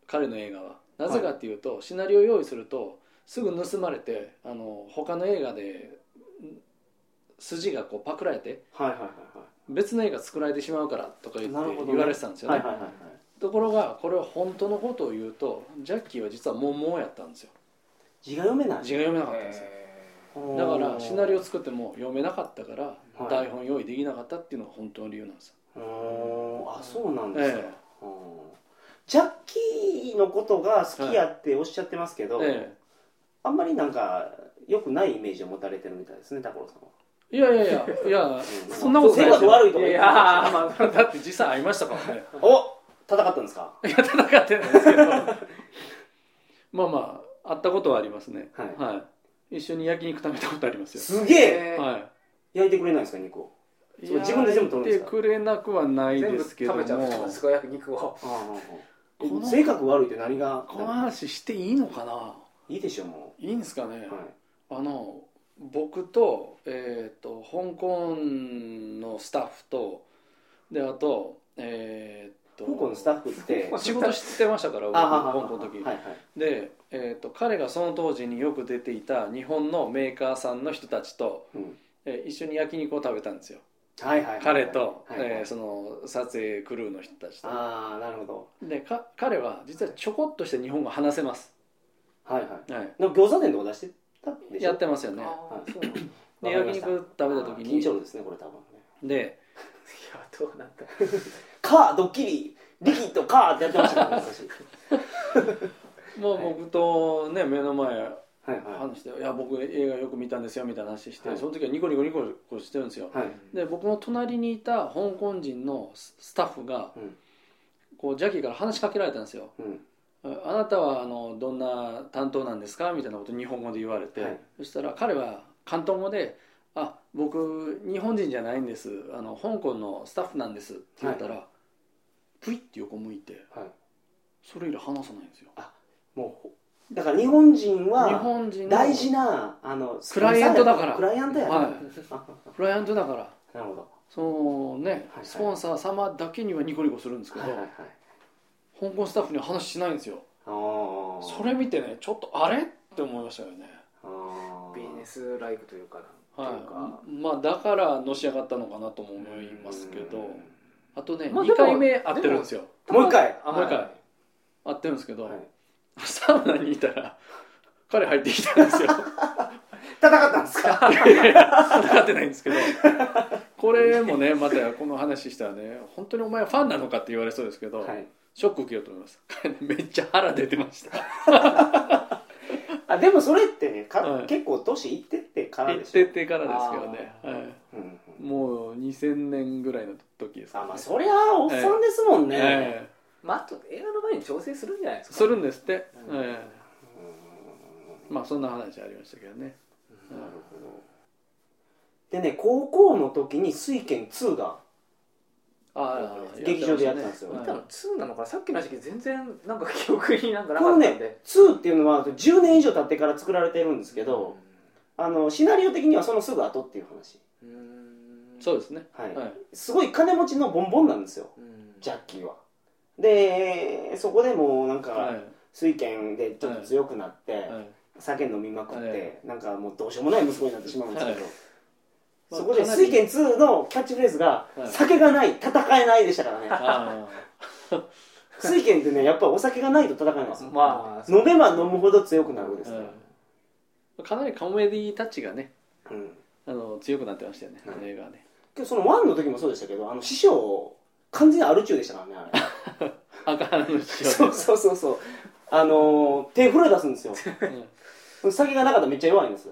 [SPEAKER 2] 彼の映画はなぜかっていうと、シナリオを用意するとすぐ盗まれてあの他の映画でん筋がこうパクられて
[SPEAKER 1] はいはい
[SPEAKER 2] 別の映画作られてしまうからとか言って
[SPEAKER 1] なるほどね
[SPEAKER 2] 言われてたんですよ
[SPEAKER 1] はいは
[SPEAKER 2] ね
[SPEAKER 1] いはいはいはい
[SPEAKER 2] ところがこれは本当のことを言うとジャッキーは実はもうもうやったんですよ
[SPEAKER 1] 字が読めない
[SPEAKER 2] 字が読めなかったんですよ
[SPEAKER 3] へー
[SPEAKER 1] だ
[SPEAKER 2] だからシナリオ作っても読めなかったから
[SPEAKER 1] はい
[SPEAKER 2] 台本用意できなかったっていうのが本当の理由なんですよ、
[SPEAKER 1] おあそうなんですか、
[SPEAKER 2] え
[SPEAKER 1] うんジャッキーのことが好きやっておっしゃってますけど、
[SPEAKER 2] ええ
[SPEAKER 1] あんまりなんか良くないイメージを持たれてるみたいですねタコロさんは
[SPEAKER 2] いやいやいや いやそんなことない
[SPEAKER 1] 性
[SPEAKER 2] です
[SPEAKER 1] 格
[SPEAKER 2] よ
[SPEAKER 1] 悪いと
[SPEAKER 3] い
[SPEAKER 1] か言
[SPEAKER 3] やー
[SPEAKER 1] って
[SPEAKER 3] まあ
[SPEAKER 2] だって実際会いましたからね
[SPEAKER 1] お戦ったんですか
[SPEAKER 2] いや戦ってないですけどまあまあ会ったことはありますね
[SPEAKER 1] はい
[SPEAKER 2] はい一緒に焼肉食べたことありますよ
[SPEAKER 1] すげえ
[SPEAKER 3] えー
[SPEAKER 2] は
[SPEAKER 1] 焼いてくれないんですか肉を
[SPEAKER 2] い
[SPEAKER 1] そう自分で全部取るんですか
[SPEAKER 2] 焼いてくれなくはない
[SPEAKER 3] 全
[SPEAKER 2] で
[SPEAKER 3] 部
[SPEAKER 2] すけど
[SPEAKER 3] 食
[SPEAKER 2] も
[SPEAKER 3] べちゃうんですか焼肉を
[SPEAKER 1] え
[SPEAKER 2] この
[SPEAKER 1] 性格悪いって何が
[SPEAKER 2] この話していいのかない
[SPEAKER 1] いでしょも
[SPEAKER 2] いいんですかね、
[SPEAKER 1] う、はい
[SPEAKER 2] あの僕と,、えー、と香港のスタッフとであと,、えー、と
[SPEAKER 1] 香港のスタッフって
[SPEAKER 2] 仕事してましたから僕
[SPEAKER 1] あは
[SPEAKER 2] 香
[SPEAKER 1] はは
[SPEAKER 2] 港の時、
[SPEAKER 1] はいはい
[SPEAKER 2] で、えー、と彼がその当時によく出ていた日本のメーカーさんの人たちと、
[SPEAKER 1] うん
[SPEAKER 2] えー一緒に焼肉を食べたんですよ
[SPEAKER 1] はいはいはい
[SPEAKER 2] 彼と、
[SPEAKER 1] はいはい
[SPEAKER 2] えーその撮影クルーの人たちと
[SPEAKER 1] ああなるほど
[SPEAKER 2] でか彼は実はちょこっとして日本語話せます、
[SPEAKER 1] はいはい
[SPEAKER 2] はい、
[SPEAKER 1] なんか餃子店とか出してたんでしょ
[SPEAKER 2] やってますよね
[SPEAKER 3] あーそうなんだい
[SPEAKER 2] で
[SPEAKER 1] わかり
[SPEAKER 2] 焼
[SPEAKER 1] ました
[SPEAKER 2] 肉食べた時
[SPEAKER 1] 緊張
[SPEAKER 2] に
[SPEAKER 1] 度ですねこれ多分ね
[SPEAKER 2] で
[SPEAKER 3] やどうなんだ
[SPEAKER 1] カードッキリリキッドカーってやってましたからね 私
[SPEAKER 2] もう
[SPEAKER 1] はい
[SPEAKER 2] 僕とね目の前
[SPEAKER 1] はいは
[SPEAKER 2] 話して「いや僕映画よく見たんですよ」みたいな話して、
[SPEAKER 1] はい
[SPEAKER 2] その時はニコニコニコニコしてるんですよ、
[SPEAKER 1] いはい
[SPEAKER 2] で僕の隣にいた香港人のススタッフが、
[SPEAKER 1] うん
[SPEAKER 2] こうジャッキーから話しかけられたんですよ
[SPEAKER 1] うん
[SPEAKER 2] 「ああなたはあのどんな担当なんですか?」みたいなことを日本語で言われて、
[SPEAKER 1] はい
[SPEAKER 2] そしたら彼は広東語で「あ僕日本人じゃないんですあの香港のスタッフなんです」って言ったら、プイって横向いて
[SPEAKER 1] はい
[SPEAKER 2] それ以来話さないんですよ
[SPEAKER 1] もうだから日本人
[SPEAKER 2] 日
[SPEAKER 1] は
[SPEAKER 2] 本人の
[SPEAKER 1] 大事なあの
[SPEAKER 2] クライアントだから
[SPEAKER 1] クライアントやな
[SPEAKER 2] はいクライアントだから
[SPEAKER 1] なるほど
[SPEAKER 2] そのね
[SPEAKER 1] はい
[SPEAKER 2] スポンサー様だけにはニコニコするんですけど、
[SPEAKER 1] はいはいはい
[SPEAKER 2] 香港スタッフには話しないんですよ
[SPEAKER 1] あー
[SPEAKER 2] それ見てねちょっとあれって思いましたよね
[SPEAKER 1] あー
[SPEAKER 3] ビジネスライクというかなんていうか
[SPEAKER 2] はいまあだからのし上がったのかなとも思いますけ
[SPEAKER 1] う
[SPEAKER 2] ど
[SPEAKER 1] ん
[SPEAKER 2] あとね、
[SPEAKER 3] まあ
[SPEAKER 2] 2回
[SPEAKER 3] でも
[SPEAKER 2] 目会ってるんですよ
[SPEAKER 1] もう一回
[SPEAKER 3] あ
[SPEAKER 2] もう一回
[SPEAKER 3] はい
[SPEAKER 2] 会ってるんですけど、
[SPEAKER 1] はい
[SPEAKER 2] サウナにいたら彼入ってきたんですよ
[SPEAKER 1] 戦ったんですか
[SPEAKER 2] 戦ってないんですけどこれもねまたこの話したらね本当にお前ファンなのかって言われそうですけど、
[SPEAKER 1] はい
[SPEAKER 2] ショック受けようと思いますめっちゃ腹出てました
[SPEAKER 1] あでもそれってねか、
[SPEAKER 2] はい
[SPEAKER 1] 結構年いってってから
[SPEAKER 2] 行
[SPEAKER 1] で
[SPEAKER 2] っ
[SPEAKER 1] しょ
[SPEAKER 2] ててからですけどね、
[SPEAKER 3] あ
[SPEAKER 2] は
[SPEAKER 1] うんうん
[SPEAKER 2] い、もう2000年ぐらいの時です
[SPEAKER 1] あ
[SPEAKER 2] から、ね
[SPEAKER 1] まあそりゃあおっさんですもんね、
[SPEAKER 2] ええ
[SPEAKER 3] まああと映画の前に調整するんじゃないですか
[SPEAKER 2] するんですって、え
[SPEAKER 3] うん
[SPEAKER 2] えまあそんな話ありましたけどね
[SPEAKER 1] うんなるほどでね高校の時に「水拳2」が
[SPEAKER 2] ああ
[SPEAKER 1] 劇場でやってたんですよ
[SPEAKER 2] や
[SPEAKER 3] 見
[SPEAKER 2] ったて
[SPEAKER 3] の
[SPEAKER 2] ま
[SPEAKER 3] 2なのかなさっきの話全然なんか記憶になんかな
[SPEAKER 1] こ
[SPEAKER 3] か
[SPEAKER 1] の
[SPEAKER 3] ったんで
[SPEAKER 1] ね2っていうのは10年以上経ってから作られてるんですけど、あのシナリオ的にはそのすぐ後っていう話、
[SPEAKER 3] うん
[SPEAKER 2] そうですね
[SPEAKER 1] はい
[SPEAKER 2] はい
[SPEAKER 1] すごい金持ちのボンボンなんですよ
[SPEAKER 3] うん
[SPEAKER 1] ジャッキーはでそこでもうなん
[SPEAKER 2] は
[SPEAKER 1] か
[SPEAKER 2] い
[SPEAKER 1] 水拳でちょっと強くなって、
[SPEAKER 2] はい
[SPEAKER 1] 酒飲みまくって、
[SPEAKER 2] はい
[SPEAKER 1] なんかもうどうしようもない息子になってしまうんですけど、
[SPEAKER 2] はい
[SPEAKER 1] そこで「水拳2」のキャッチフレーズが「
[SPEAKER 2] はい
[SPEAKER 1] 酒がない戦えない」でしたからね
[SPEAKER 2] あ
[SPEAKER 1] 水拳ってねやっぱお酒がないと戦えない ですよ
[SPEAKER 3] まあ
[SPEAKER 1] 飲めば飲むほど強くなるんです
[SPEAKER 2] あ
[SPEAKER 1] から、
[SPEAKER 2] うんかなりコメディーたちがね
[SPEAKER 1] うん
[SPEAKER 2] あの強くなってましたよね、
[SPEAKER 1] はい
[SPEAKER 2] あの映画はね
[SPEAKER 1] 今日その1の時もそうでしたけどあの師匠完全にアル中でしたから ねあ
[SPEAKER 2] 赤鼻の師
[SPEAKER 1] れ
[SPEAKER 2] 匠
[SPEAKER 1] そう
[SPEAKER 2] で
[SPEAKER 1] そうそうそうあのー手震え出すんですよ
[SPEAKER 2] うん
[SPEAKER 1] 酒がなかったらめっちゃ弱いん です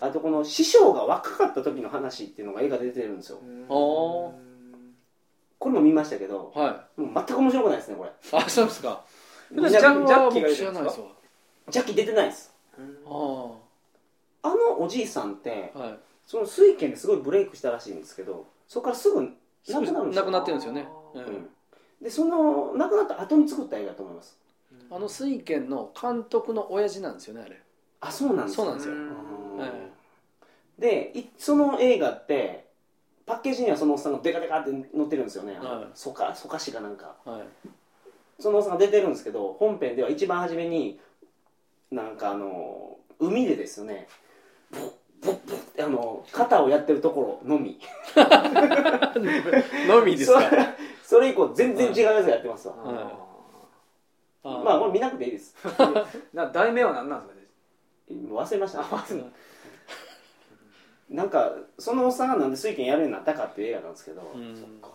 [SPEAKER 1] あとこの師匠が若かった時の話っていうのが映画で出てるんですよ
[SPEAKER 2] おー
[SPEAKER 1] これも見ましたけど
[SPEAKER 2] はい
[SPEAKER 1] もう全く面白くないですねこれ
[SPEAKER 2] あそうですか
[SPEAKER 1] ジャ
[SPEAKER 3] ジャジャッキー
[SPEAKER 2] 僕
[SPEAKER 3] がいるんで
[SPEAKER 2] 知
[SPEAKER 3] すか
[SPEAKER 2] らないですわ
[SPEAKER 1] ジャッキ出てないです
[SPEAKER 3] うん
[SPEAKER 2] あ
[SPEAKER 1] あのおじいさんって
[SPEAKER 2] あはい
[SPEAKER 1] その水拳ですごいブレイクしたらしいんですけどそこからすぐ亡くなるんですよ
[SPEAKER 2] なくなってるんですよね、う
[SPEAKER 1] うんんでその亡くなった後に作った映画だと思います
[SPEAKER 2] あの水拳の監督の親父なんですよねあれ
[SPEAKER 1] あそうなんです
[SPEAKER 2] そう
[SPEAKER 1] か
[SPEAKER 2] なんですよ
[SPEAKER 1] うん
[SPEAKER 2] はい
[SPEAKER 1] でいその映画ってパッケージにはそのおっさんがデカデカって載ってるんですよね、
[SPEAKER 2] はい
[SPEAKER 1] そかそかしがなんか
[SPEAKER 2] はい
[SPEAKER 1] そのおっさんが出てるんですけど本編では一番初めになんかあの海でですよねボッボッボッってあの肩をやってるところのみ
[SPEAKER 2] のみですか
[SPEAKER 1] それそれ以降全然違うやつやってますわ、
[SPEAKER 2] はいあ
[SPEAKER 1] まあこれ見なくていいです
[SPEAKER 3] な題名は何なんですかね
[SPEAKER 1] 忘れました
[SPEAKER 3] あ
[SPEAKER 1] なんかそのおっさんがなんで水拳やるようになったかっていう映画なんですけど、
[SPEAKER 2] うん
[SPEAKER 1] そっか、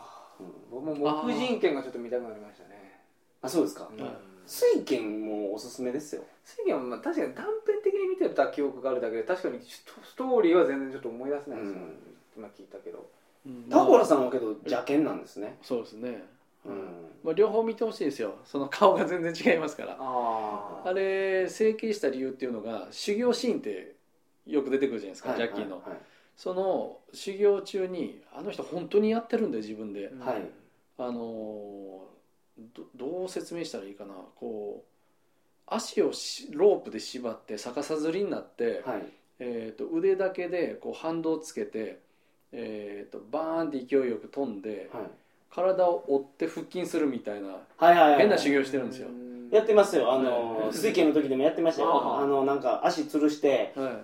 [SPEAKER 1] うん、
[SPEAKER 3] もう黙人権がちょっと見たくなりましたね
[SPEAKER 1] あそうですか、
[SPEAKER 3] うん
[SPEAKER 1] 水拳もおすすめですよ
[SPEAKER 3] 水源はまあ確かに断片的に見てた記憶があるだけで確かにストストーリーは全然ちょっと思い出せないですよ、
[SPEAKER 1] うん
[SPEAKER 3] 今聞いたけど
[SPEAKER 2] うん
[SPEAKER 1] タコラ
[SPEAKER 2] まあ
[SPEAKER 1] さんはけど邪剣なんですね
[SPEAKER 2] そうですね、
[SPEAKER 1] うん、
[SPEAKER 2] まあ、両方見てほしいですよその顔が全然違いますから
[SPEAKER 3] あ
[SPEAKER 2] あれ整形した理由っていうのが修行シーンってよく出てくるじゃないですか、
[SPEAKER 1] はい
[SPEAKER 2] ジャッキーの、
[SPEAKER 1] はい
[SPEAKER 2] その修行中にあの人本当にやってるんだよ自分で、
[SPEAKER 1] はい
[SPEAKER 2] あのーどどう説明したらいいかなこう足をしロープで縛って逆さずりになって、
[SPEAKER 1] はいはい
[SPEAKER 2] えー、と腕だけでこう反動をつけて、えー、とバーンって勢いよく飛んで、体を折って腹筋するみたいな
[SPEAKER 1] はいはいはい
[SPEAKER 2] 変な修行してるんですよ、
[SPEAKER 1] やってますよあの
[SPEAKER 2] はい
[SPEAKER 1] 水拳の時でもやってましたよ
[SPEAKER 3] あ
[SPEAKER 1] あ
[SPEAKER 3] あ
[SPEAKER 1] のなんか足吊るして
[SPEAKER 2] は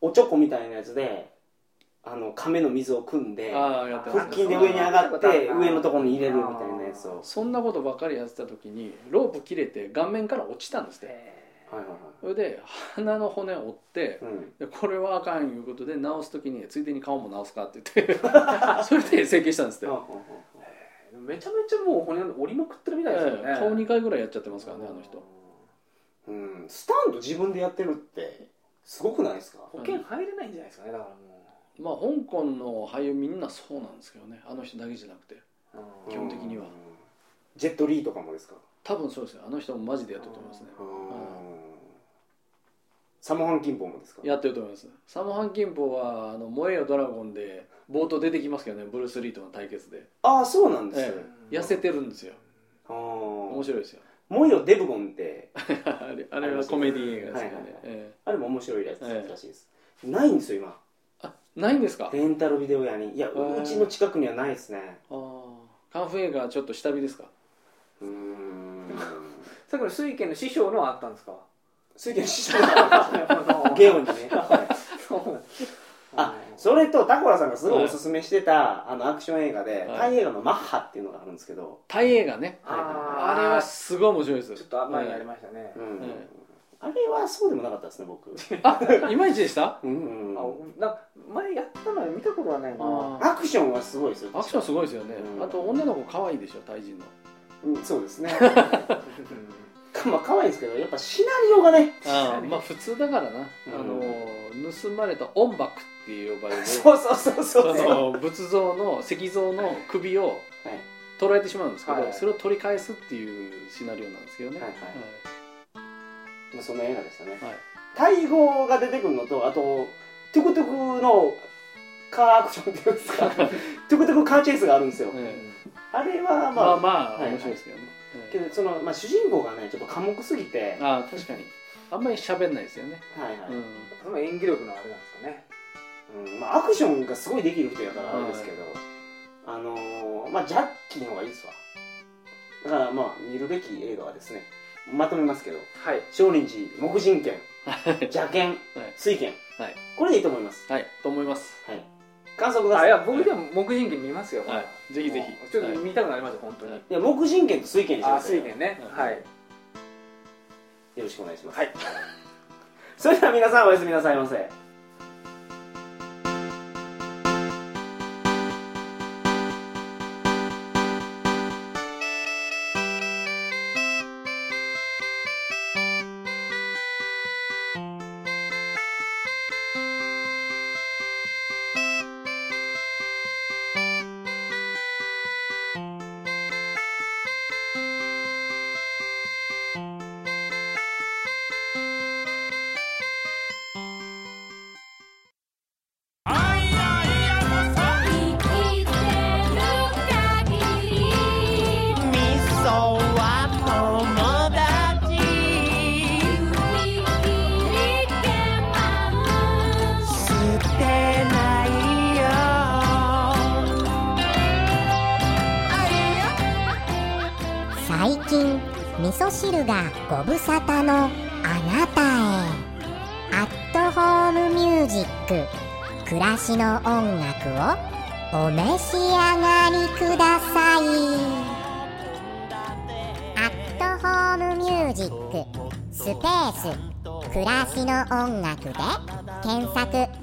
[SPEAKER 1] おちょこみたいなやつであの亀の水を汲ん
[SPEAKER 2] い、
[SPEAKER 1] で
[SPEAKER 2] ああやってます
[SPEAKER 1] 腹筋で上に上がっ
[SPEAKER 3] あ
[SPEAKER 1] て
[SPEAKER 3] ー
[SPEAKER 1] 上のところに入れるみたいなやつをは
[SPEAKER 2] そんなことばっかりやってた時にロープ切れて顔面から落ちたんですって
[SPEAKER 3] え
[SPEAKER 1] いはいは
[SPEAKER 2] それで鼻の骨折って
[SPEAKER 1] いうん
[SPEAKER 2] でこれはあかんいうことで直す時についでに顔も直すかって言って それで整形したんですって、
[SPEAKER 3] ーめちゃめちゃもう骨の折りまくってるみたいですよね、
[SPEAKER 2] ええ顔2回ぐらいやっちゃってますからねあの人
[SPEAKER 1] うんスタンド自分でやってるってすごくないですか
[SPEAKER 3] 保険入れないんじゃないですかねだからも
[SPEAKER 2] まあ香港の俳優みんなそうなんですけどねあの人だけじゃなくて
[SPEAKER 3] う、
[SPEAKER 2] 基本的には
[SPEAKER 1] うんジェットリーとかもですか
[SPEAKER 2] 多分そうですよあの人もマジでやってると思いますね
[SPEAKER 1] うんサモハンキンポもですか
[SPEAKER 2] やってると思いますサモハン・キンポは「あの燃えよドラゴン」で冒頭出てきますけどねブルース・リーとの対決で、
[SPEAKER 1] ああそうなんです
[SPEAKER 2] え
[SPEAKER 1] よ
[SPEAKER 2] え、痩せてるんですよ
[SPEAKER 1] ああ
[SPEAKER 2] 面白いですよ
[SPEAKER 1] モイヨデブゴンって
[SPEAKER 2] あれあれはコメディ映画ですよ
[SPEAKER 1] はいはい
[SPEAKER 2] ね
[SPEAKER 1] はい、
[SPEAKER 2] ええ
[SPEAKER 1] あれも面白いやつらしいです、ないんですよ今
[SPEAKER 2] あないんですかあ
[SPEAKER 1] レンタルビデオ屋にいや
[SPEAKER 2] ー
[SPEAKER 1] うちの近くにはないですね
[SPEAKER 2] ーカンフー映画はちょっと下火ですか
[SPEAKER 1] うーん
[SPEAKER 3] さっきの水拳の師匠のはあったんですか
[SPEAKER 1] 水拳師匠が ゲオにね
[SPEAKER 3] そう
[SPEAKER 1] あそれとタコラさんがすごいおすすめしてたあのアクション映画で
[SPEAKER 2] はい
[SPEAKER 1] タイ映画の「マッハ」っていうのがあるんですけど
[SPEAKER 2] タイ映画ね
[SPEAKER 1] はい
[SPEAKER 2] あれはすごい面白いです
[SPEAKER 3] ちょっと前にありましたね、
[SPEAKER 1] うん
[SPEAKER 2] はい
[SPEAKER 1] あれはそうでもなかったですね僕
[SPEAKER 2] あいまいちでした
[SPEAKER 1] うんうん
[SPEAKER 3] あなんか前やったのに見たことはないな
[SPEAKER 2] あ
[SPEAKER 1] アクションはすごいですよ
[SPEAKER 2] ーアクションすごいですよね
[SPEAKER 1] うん
[SPEAKER 2] あと女の子可愛いでしょタイ人の
[SPEAKER 1] うんそうですね まあ可愛いんですけどやっぱシナリオがね
[SPEAKER 2] あ ーまあ普通だからなあの盗まれた音楽って呼ばれる
[SPEAKER 1] そうそうそうそう
[SPEAKER 2] あ
[SPEAKER 1] そう
[SPEAKER 2] の仏像の石像の首を
[SPEAKER 1] はい
[SPEAKER 2] 取られてしまうんですけど、
[SPEAKER 3] はい
[SPEAKER 2] それを取り返すっていうシナリオなんですけどね、
[SPEAKER 1] はいはい
[SPEAKER 2] はい
[SPEAKER 1] まあその映画でしたね
[SPEAKER 2] はい
[SPEAKER 1] タイ語が出てくるのとあとトゥクトゥクのカーアクションっていうん ですかトゥクトゥクカーチェイスがあるんですよ
[SPEAKER 2] え
[SPEAKER 1] あれは
[SPEAKER 2] え
[SPEAKER 1] ま
[SPEAKER 2] ま
[SPEAKER 1] あ、
[SPEAKER 2] あまあ、
[SPEAKER 1] はい
[SPEAKER 2] 面白いですけどね、
[SPEAKER 1] けどその、まあ、主人公がねちょっと寡黙すぎて
[SPEAKER 2] ああ確かにあんまり喋んないですよね、
[SPEAKER 1] はいはい、
[SPEAKER 2] うん
[SPEAKER 3] その演技力のあれなんですかね
[SPEAKER 1] うんまあ、アクションがすごいできる人やからあれですけど、あのーまあジャッキーの方がいいですわだからまあ見るべき映画はですねまとめますけど
[SPEAKER 3] はい
[SPEAKER 1] 少林寺木人剣邪剣
[SPEAKER 2] はい
[SPEAKER 1] 水剣、
[SPEAKER 2] はい
[SPEAKER 1] これでいいと思います、
[SPEAKER 2] はいと思います
[SPEAKER 1] はい、感想くだ
[SPEAKER 3] あ
[SPEAKER 1] さ
[SPEAKER 3] い
[SPEAKER 1] い
[SPEAKER 3] や僕でも木人剣見ますよ、
[SPEAKER 2] はいぜひぜひ
[SPEAKER 3] もうちょっと見たくなりますよ本当に、
[SPEAKER 2] はい
[SPEAKER 1] いや木人剣と水剣にし
[SPEAKER 3] あ
[SPEAKER 1] ま
[SPEAKER 3] あ
[SPEAKER 1] すよ
[SPEAKER 3] 水拳ね
[SPEAKER 2] は
[SPEAKER 3] はいい、
[SPEAKER 1] よろしくお願いします、
[SPEAKER 3] はい
[SPEAKER 1] それでは皆さんおやすみなさいませ
[SPEAKER 4] 「みそは友だち」「捨てないよ」
[SPEAKER 5] 最近味噌汁がご無沙汰のあなたへアットホームミュージック暮らしの音楽をお召し上がりくださいアットホームミュージックスペース暮らしの音楽で検索